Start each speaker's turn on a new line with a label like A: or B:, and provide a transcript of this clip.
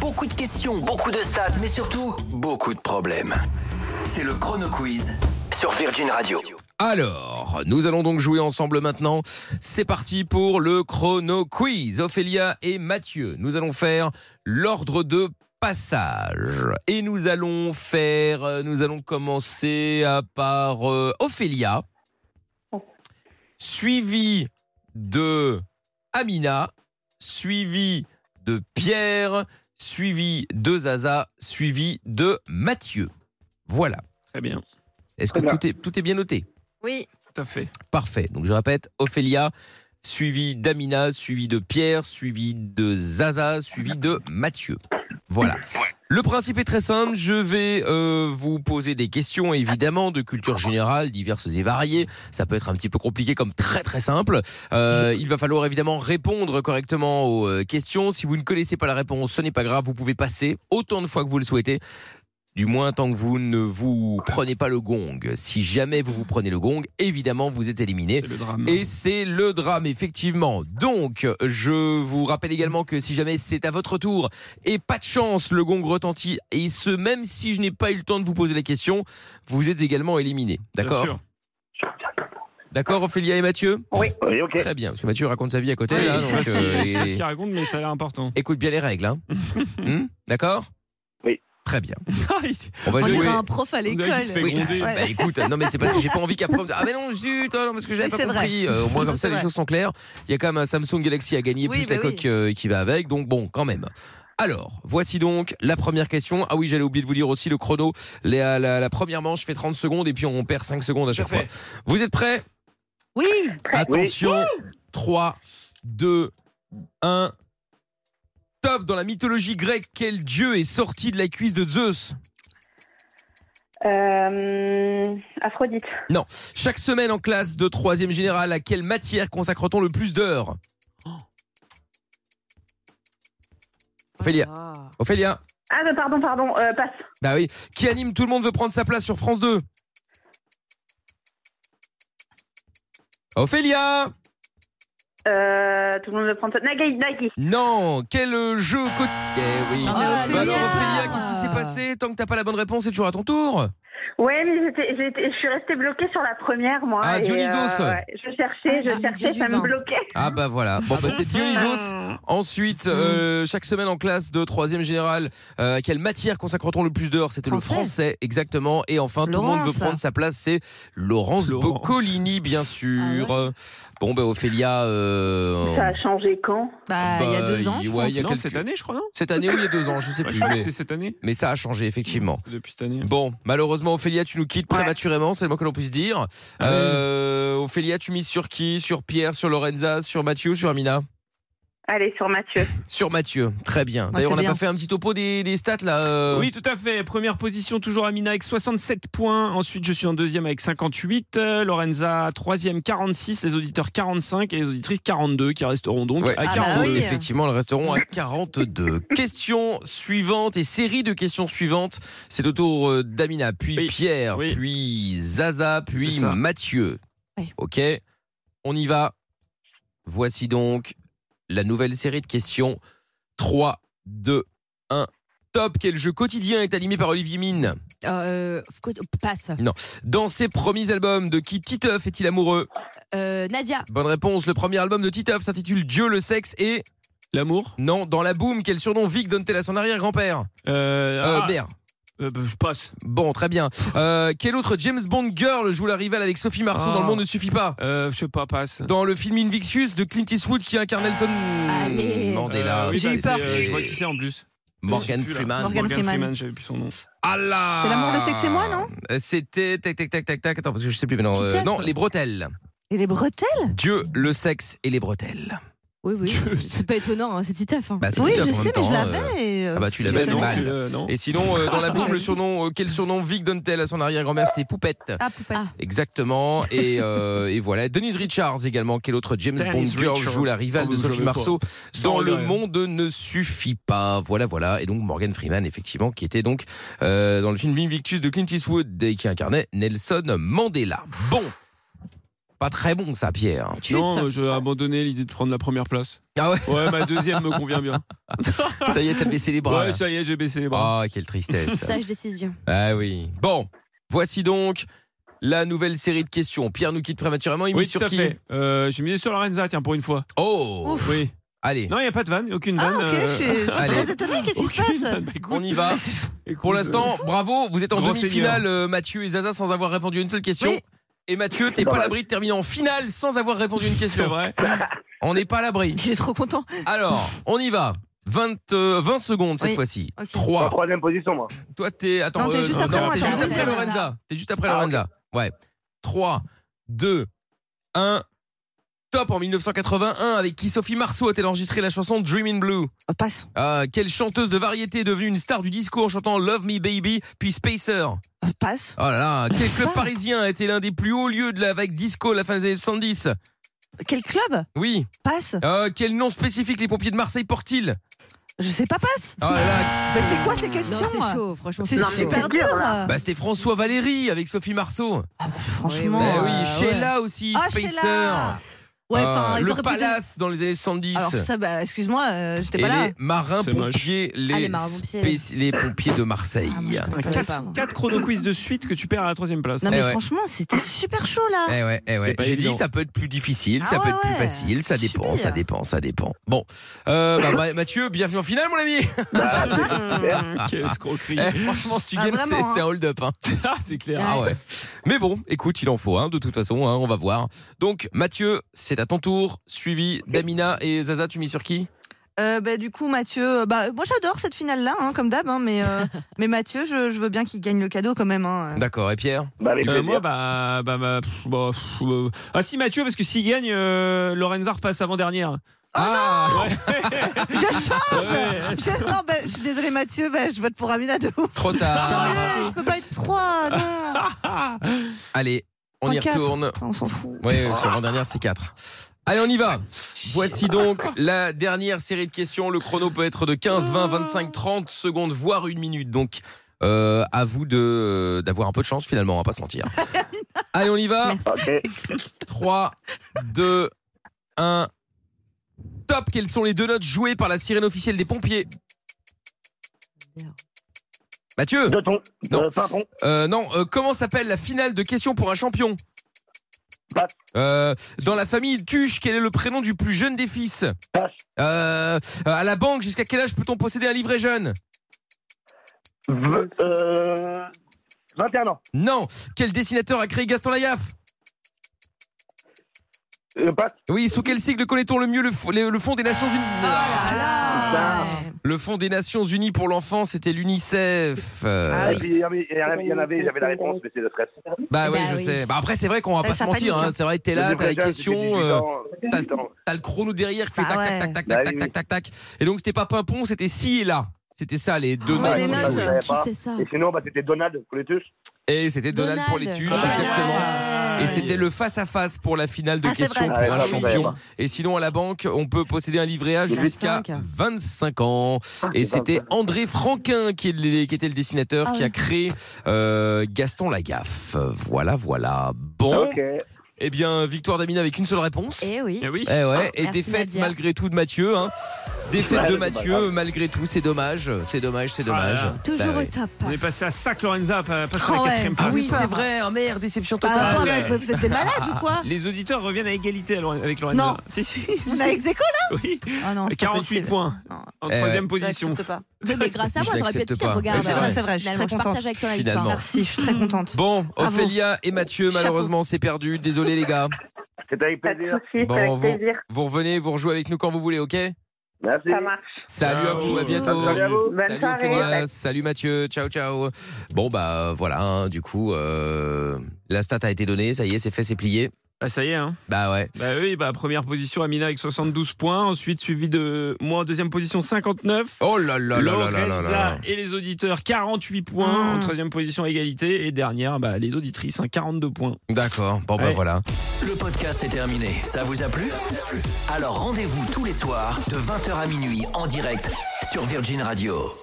A: beaucoup de questions, beaucoup de stats, mais surtout beaucoup de problèmes. C'est le Chrono Quiz sur Virgin Radio.
B: Alors, nous allons donc jouer ensemble maintenant. C'est parti pour le chrono quiz. Ophélia et Mathieu, nous allons faire l'ordre de passage. Et nous allons faire, euh, nous allons commencer à par euh, Ophélia, suivi de Amina, suivi de Pierre, suivi de Zaza, suivi de Mathieu. Voilà.
C: Très bien.
B: Est-ce que
D: Très bien.
B: tout est, tout est bien noté
E: Oui.
C: Tout à fait.
B: Parfait. Donc je répète, Ophélia, suivi d'Amina, suivi de Pierre, suivi de Zaza, suivi de Mathieu. Voilà. Le principe est très simple. Je vais euh, vous poser des questions, évidemment, de culture générale, diverses et variées. Ça peut être un petit peu compliqué comme très très simple. Euh, il va falloir évidemment répondre correctement aux euh, questions. Si vous ne connaissez pas la réponse, ce n'est pas grave. Vous pouvez passer autant de fois que vous le souhaitez. Du moins, tant que vous ne vous prenez pas le gong. Si jamais vous vous prenez le gong, évidemment, vous êtes éliminé.
C: C'est le drame.
B: Et c'est le drame, effectivement. Donc, je vous rappelle également que si jamais c'est à votre tour et pas de chance, le gong retentit. Et ce, même si je n'ai pas eu le temps de vous poser la question, vous êtes également éliminé.
C: Bien
B: D'accord
C: sûr.
B: D'accord, Ophélia et Mathieu
D: Oui, ok.
B: Très bien, parce que Mathieu raconte sa vie à côté.
C: Ouais,
B: là,
C: je sais
B: donc,
C: pas ce qu'il-
B: euh,
C: je sais pas ce
B: et-
C: qu'il raconte, mais ça a l'air important.
B: Écoute bien les règles. hein. Hmm, D'accord
D: Oui.
B: Très bien.
C: On
B: On va
E: On
B: jouer.
E: dirait un prof à l'école.
C: dirait qu'il se fait
B: Ah, Oui.
C: gronder.
E: Ouais.
B: Bah écoute, non mais c'est parce que j'ai pas envie qu'après on me dise, Ah mais non, zut, oh non, parce que j'avais
E: Mais
B: pas
E: c'est vrai.
B: compris. Euh, au moins comme ça
E: C'est
B: les
E: vrai.
B: choses sont claires. Il y a quand même un Samsung Galaxy à gagner
E: Oui,
B: plus
E: bah
B: la
E: oui.
B: coque euh, qui va avec. Donc bon, quand même. Alors, voici donc la première question. Ah oui, j'allais oublier de vous dire aussi le chrono. La, la- la première manche fait 30 secondes et puis on perd 5 secondes à chaque fois. Vous êtes prêts
E: Oui.
B: Attention, 3, 2, 1. Top Dans la mythologie grecque, quel dieu est sorti de la cuisse de Zeus
F: Euh, Aphrodite.
B: Chaque semaine en classe de 3 générale, à quelle matière consacre-t-on le plus d'heures
E: Oh.
B: Ophélia.
E: Ah.
B: Ophélia
F: Ah, non, pardon, pardon, euh, passe.
B: Bah oui. Qui anime Tout le monde veut prendre sa place sur France 2 Ophélia
F: Euh, tout le monde veut prendre ça. Nagui, Nagui.
B: Non Quel jeu co- Eh oui.
E: Ah,
B: Bah non,
E: mais Ophélia
B: Ophélia, qu'est-ce qui s'est passé Tant que t'as pas la bonne réponse, c'est toujours à ton tour
F: Ouais, mais j'étais- j'étais- je suis restée bloquée sur la première, moi.
B: Ah,
F: et, euh,
B: Dionysos.
F: ouais, je cherchais, je
E: Ah,
F: cherchais,
E: Dionysos
F: ça
E: du
F: me
E: vin.
F: bloquait.
B: Ah bah voilà. Bon bah c'est Dionysos. Ensuite, euh, chaque semaine en classe de troisième générale, euh, quelle matière consacre-t-on le plus d'heures C'était le
E: Français.
B: français, exactement. Et enfin, tout le monde
E: Laurence.
B: veut prendre sa place, c'est Laurence,
C: Laurence.
B: Boccolini, bien sûr. Bon bah Ophélia... euh,
F: Ça a changé quand
G: Ah,
E: Bah, il y a deux ans, je
B: ouais, il y a
C: non,
B: quelques-
C: cette année, je crois, non
B: Cette année ou il y a deux ans, je sais
C: Ouais,
B: plus.
C: Je crois que
B: mais-
C: c'était cette année.
B: mais ça a changé, effectivement.
C: C'est Depuis cette année.
B: Bon, malheureusement, Ophélia, tu nous quittes
F: Ouais.
B: prématurément, c'est le moins que l'on puisse dire.
C: Ah oui.
B: Euh, Ophélia, tu mises sur qui Sur Pierre, sur Lorenza, sur Mathieu, ou sur Amina
F: Allez, sur Mathieu.
B: Sur Mathieu, très bien. D'ailleurs,
E: Ah, c'est
B: on n'a
E: bien.
B: pas fait un petit topo des, des stats là. euh.
C: Oui, tout à fait. Première position, toujours Amina avec 67 points. Ensuite, je suis en deuxième avec 58. Euh, Lorenza, troisième, 46. Les auditeurs, 45. Et les auditrices, 42, qui resteront donc
B: Ouais.
C: à
E: Ah bah
C: 40.
E: oui.
B: Effectivement, elles resteront à 42. Question suivante et série de questions suivantes. C'est au tour euh, d'Amina, puis
C: Oui.
B: Pierre,
C: Oui.
B: puis Zaza, puis
C: C'est ça.
B: Mathieu.
E: Oui.
B: Ok, on y va. Voici donc la nouvelle série de questions. 3, 2, 1. Top, quel jeu quotidien est animé par Olivier Mine
G: Euh, écoute, passe.
B: Dans ses premiers albums, de qui Titeuf est-il amoureux
G: Euh, Nadia,
B: Bonne réponse, le premier album de Titeuf s'intitule Dieu, le sexe et...
C: L'amour.
B: Non, dans la boum, quel surnom Vic donne-t-elle à son arrière-grand-père
C: Euh,
B: Euh,
C: ah,
B: merde.
C: euh, bah, je passe.
B: Bon, très bien. Euh, quel autre James Bond girl joue la rivale avec Sophie Marceau
C: Ah.
B: dans Le Monde ne suffit pas
C: Euh, je sais pas, passe.
B: Dans le film Invictus de Clint Eastwood qui incarne Nelson
G: Allez.
B: Mandela.
C: Ah. Euh, oui,
E: J'ai
C: bah,
E: eu
C: c'est,
E: peur.
C: euh, je vois qui c'est en plus.
B: Morgan
C: J'ai plus, là.
B: Freeman.
E: Morgan Freeman.
C: j'avais plus son nom.
B: Allah
E: C'est l'amour, le sexe et moi, non
B: Euh, C'était. Tac, tac, tac, tac, tac. Attends, parce que je sais plus maintenant. Euh,
G: Titeuf.
B: non, les bretelles.
E: Et les bretelles
B: Dieu, le sexe et les bretelles.
G: oui, oui.
C: Je-
G: C'est pas étonnant, hein, c'est Titeuf. hein.
B: Bah, c'est
E: Oui,
B: Titeuf
E: je
B: en
E: sais,
B: même
E: mais
B: temps,
E: je
B: hein.
E: l'avais. euh,
B: Ah bah, tu
E: je
B: l'avais
E: connais.
B: mal.
C: tu- euh, non.
B: Et sinon, euh, dans la boum, le surnom. euh, quel surnom Vic donne-t-elle à son arrière-grand-mère C'était Poupette.
E: Ah, poupette.
G: Ah.
B: Exactement. Et, euh, et voilà. Denise Richards également. Quel autre James
C: Denise
B: Bond girl
C: Richards.
B: joue la rivale
C: Oh,
B: de
C: vous
B: Sophie
C: savez
B: Marceau
C: Sans
B: dans Le
C: regret.
B: Monde ne suffit pas. Voilà, voilà. Et donc Morgan Freeman, effectivement, qui était donc euh, dans le film Invictus de Clint Eastwood et qui incarnait Nelson Mandela. Bon. pas très bon, ça, Pierre.
G: Tu
C: Non, euh, j'ai abandonné l'idée de prendre la première place.
B: Ah ouais
C: Ouais, ma deuxième me convient bien.
B: Ça y est, t'as baissé les bras.
C: Ouais,
B: là.
C: ça y est, j'ai baissé les bras.
B: Ah, quelle tristesse.
G: Sage décision.
B: Ah oui. Bon, voici donc la nouvelle série de questions. Pierre nous quitte prématurément. Il
C: oui,
B: mise sur
C: tout à
B: qui
C: fait. Euh, j'ai misé sur Lorenza, tiens, pour une fois.
B: Oh
C: Oui.
B: Allez,
C: Non, il n'y a pas de vanne, aucune
E: Ah,
C: vanne.
E: ok,
C: euh,
E: je suis je suis
B: Allez.
E: très étonnée. Qu'est-ce qui se
C: aucune
E: passe
C: vanne. Bah, écoute,
B: on y va.
C: écoute, euh,
B: Pour l'instant, bravo. Vous êtes en
C: Grand
B: demi-finale, euh, Mathieu et Zaza, sans avoir répondu à une seule question.
E: Oui.
B: Et Mathieu, t'es
F: Pas
B: pas à
F: mal.
B: l'abri de terminer en finale sans avoir répondu à une
C: euh, C'est
B: question.
C: vrai.
B: On n'est pas à l'abri.
E: Il est trop content.
B: Alors, on y va. 20, euh, 20 secondes cette
E: Oui.
B: fois-ci.
E: Ok.
B: 3.
F: En troisième position, moi.
B: Toi, t'es. Attends, euh,
E: Non, t'es juste après
B: non,
E: moi,
B: t'es
E: t'as
B: juste
E: raison.
B: après Lorenza. T'es juste
F: Ah,
B: après Lorenza. Ouais. 3, 2, 1. Top en 1981, avec qui Sophie Marceau a-t-elle enregistré la chanson Dreamin' Blue
E: Oh, passe.
B: Euh, Quelle chanteuse de variété est devenue une star du disco en chantant Love Me Baby, puis Spacer
E: Oh, passe.
B: Oh là là, quel club
E: Ah.
B: parisien a été l'un des plus hauts lieux de la vague disco à la fin des années 70
E: Quel club
B: Oui.
E: Passe.
B: Euh, quel nom spécifique les pompiers de Marseille portent-ils
E: Je sais pas, passe.
B: Oh là là,
E: Mais c'est quoi ces
G: Non,
E: questions
G: c'est chaud, franchement.
E: C'est
F: Non, mais
E: super
F: c'est
E: dur.
F: dur,
G: hein.
E: là.
B: bah, c'était François Valéry avec Sophie Marceau.
E: Ah, bah,
G: Oh,
E: franchement.
B: bah oui,
G: euh,
B: Sheila aussi,
E: Ah,
B: Spacer.
E: Sheila. Ouais, enfin,
B: Euh,
E: ils
B: le
E: auraient pu donner-
B: Palace dans les années 70.
E: Alors ça, bah, excuse-moi, euh, j'étais
B: et
E: pas là.
B: les marins
C: C'est moche.
B: pompiers, les,
G: Ah, les marins-pompiers.
B: spéci- les pompiers de Marseille.
G: Ah, moi, je peux pas, je peux pas.
C: 4 chrono quiz de suite que tu perds à la troisième place.
E: Non
B: Eh
E: mais
B: ouais.
E: franchement, c'était super chaud là.
B: Eh ouais, eh ouais.
C: pas
B: J'ai
C: évident.
B: dit ça peut être plus difficile,
E: Ah
B: ça peut
E: ouais,
B: être plus
E: ouais.
B: facile, ça dépend,
E: Super.
B: ça dépend, ça dépend. Bon, Euh, bah, bah, Mathieu, bienvenue en finale, mon ami.
F: Hmm,
C: Ah, Quelle escroquerie.
B: Eh, franchement, si tu
E: Ah,
B: gagnes, c'est
E: vraiment, hein.
B: c'est un hold-up. hein.
C: Ah, c'est clair.
B: Ah ouais. Mais bon, écoute, il en faut, hein, de toute façon, hein, on va voir. Donc, Mathieu, c'est à ton tour, suivi d'Amina et Zaza, tu mis sur qui
E: Euh, bah, du coup, Mathieu, euh, bah, moi j'adore cette finale là, comme d'hab, hein, mais, euh, mais Mathieu, je, je veux bien qu'il gagne le cadeau quand même. hein.
B: D'accord, et Pierre
F: Bah, avec
C: Euh,
F: plaisir.
C: moi, bah, bah, bah, pff, bah, pff, bah, ah si Mathieu, parce que s'il gagne, euh, Lorenza repasse avant dernière.
B: Ah
E: Je change Je- Non, bah, je suis désolée Mathieu, bah, je vote pour Amina de ouf.
B: Trop tard.
E: Sérieux, je peux pas être trois, non.
B: Allez, on y
E: En quatre.
B: retourne.
E: On s'en fout.
B: Oui, sur l'avant-dernière, c'est 4. Allez, on y va. Voici donc la dernière série de questions. Le chrono peut être de 15, 20, 25, 30 secondes, voire une minute. Donc, euh, à vous de- euh, d'avoir un peu de chance finalement, on va pas se mentir. Allez, on y va.
G: Merci.
F: Ok.
B: 3, 2, 1. Top, quelles sont les deux notes jouées par la sirène officielle des pompiers Mathieu
F: Deux tons.
B: Non.
F: Euh, pimpon.
B: Euh, non, euh, comment s'appelle la finale de questions pour un champion
F: Passe.
B: Euh, dans la famille Tuche, quel est le prénom du plus jeune des fils
F: Passe.
B: Euh, À la banque, jusqu'à quel âge peut-on posséder un livret jeune
F: V- euh, 21 ans.
B: Non. Quel dessinateur a créé Gaston Lagaffe
F: Euh, passe.
B: Oui, sous quel sigle connaît-on le mieux le, fo- le- le Fonds des Nations Unies
G: Ah là
B: Le Fonds des Nations Unies pour l'enfants, c'était l'UNICEF. Euh,
E: Ah oui.
F: Il y en avait, il y en avait- il y en avait, j'avais la réponse, mais c'est le stress.
B: Bah oui,
G: Bah
B: je
G: oui.
B: sais. Bah après, c'est vrai qu'on va
E: Eh,
B: pas se
E: ça
B: mentir.
E: panique,
B: hein.
E: hein.
B: c'est vrai que t'es là, t'as la question. euh, T'as le chrono derrière qui fait
E: Bah
B: tac,
E: ouais.
B: tac, tac,
F: Bah
B: tac, tac,
F: oui,
B: tac, tac, tac. Et donc, c'était pas Pimpon, c'était ci et là. C'était ça, les deux
E: Ah
B: notes.
E: ouais, les
B: qu'on
E: notes.
B: jouait.
F: savais
G: Oh, Qui
F: pas.
G: c'est ça
F: Et sinon, bah, c'était Donald pour les touches.
B: Et c'était Donald, pour les tuches,
G: Donald.
B: exactement.
E: Ah,
B: Et c'était le face-à-face pour la finale de
E: Ah, c'est
B: questions
E: vrai.
B: pour
F: Ah,
B: un
F: ouais, ouais,
B: champion.
F: ouais.
B: Et sinon, à la banque, on peut posséder un livret A jusqu'à
G: 25.
B: 25 ans.
F: Ah,
B: Et c'était André Franquin qui, est le- qui était le dessinateur
G: Ah
B: qui
G: oui.
B: a créé euh, Gaston Lagaffe. Euh, Voilà, voilà. Bon,
F: Ah, Ok.
B: eh bien, victoire d'Amina avec une seule réponse.
G: Eh oui.
C: Eh oui.
B: Eh ouais, et
G: Merci,
B: défaite
G: Nadia.
B: malgré tout de Mathieu. Hein. Défaite
F: Ouais,
B: de
F: c'est pas
B: Mathieu
F: grave.
B: malgré tout, c'est dommage, c'est dommage, c'est
C: Ah là
B: dommage.
C: là.
G: Toujours
B: Bah
G: au
B: ouais.
G: top.
C: On est passé à sac Lorenza, pas- passé à
E: Oh
C: la
E: ouais.
C: quatrième
B: Ah
C: place.
B: oui,
E: Ah,
B: c'est
E: c'est
B: vrai, hein, merde, déception
E: Bah,
B: totale.
E: attends, mais vous êtes des malades ou quoi
C: Les auditeurs reviennent à égalité à Loren- avec Lorenza.
E: Non.
C: Si, si.
E: On a ex aequo,
C: Oui.
E: là Oh non, c'est pas
C: 48
E: possible.
C: points
E: Non. Euh,
C: en
B: Eh
C: troisième
E: Je
C: position.
E: l'accepte pas.
G: Mais, mais grâce à
B: Je
G: moi, j'aurais pu être
B: l'accepte
G: pire,
B: pas.
G: regarde.
B: Oui, c'est
G: euh,
B: vrai,
E: c'est vrai, je suis
G: finalement,
E: très
G: je partage avec toi la victoire.
B: Finalement.
E: Merci, je suis très contente.
B: Bon,
E: Bravo.
B: Ophélia et Mathieu,
E: Chapeau.
B: malheureusement, c'est perdu. Désolé, les gars.
F: C'était avec Pas de plaisir. soucis,
B: Bon,
F: avec
B: bon.
F: plaisir.
B: Vous revenez, vous rejouez avec nous quand vous voulez, ok
F: Merci. Ça marche.
B: Salut à vous, à
G: Bisous.
B: bientôt.
F: Salut à vous. Bonne
B: Salut
F: soirée.
B: Ophélia, salut Mathieu, ciao ciao. Bon bah euh, voilà, hein, du coup euh, la stat a été donnée, ça y est, c'est fait, c'est plié.
C: Bah ça y est. Hein.
B: Bah ouais.
C: Bah oui, bah première position Amina avec 72 points, ensuite suivi de moi en deuxième position 59.
B: Oh là là là là là là là.
C: Lorenza et les auditeurs 48 points
E: Mm.
C: en troisième position égalité et dernière bah, les auditrices hein, 42 points.
B: D'accord. Bon bah
C: Ouais.
B: voilà.
A: Le podcast est terminé. Ça vous a plu Alors rendez-vous tous les soirs de 20h à minuit en direct sur Virgin Radio.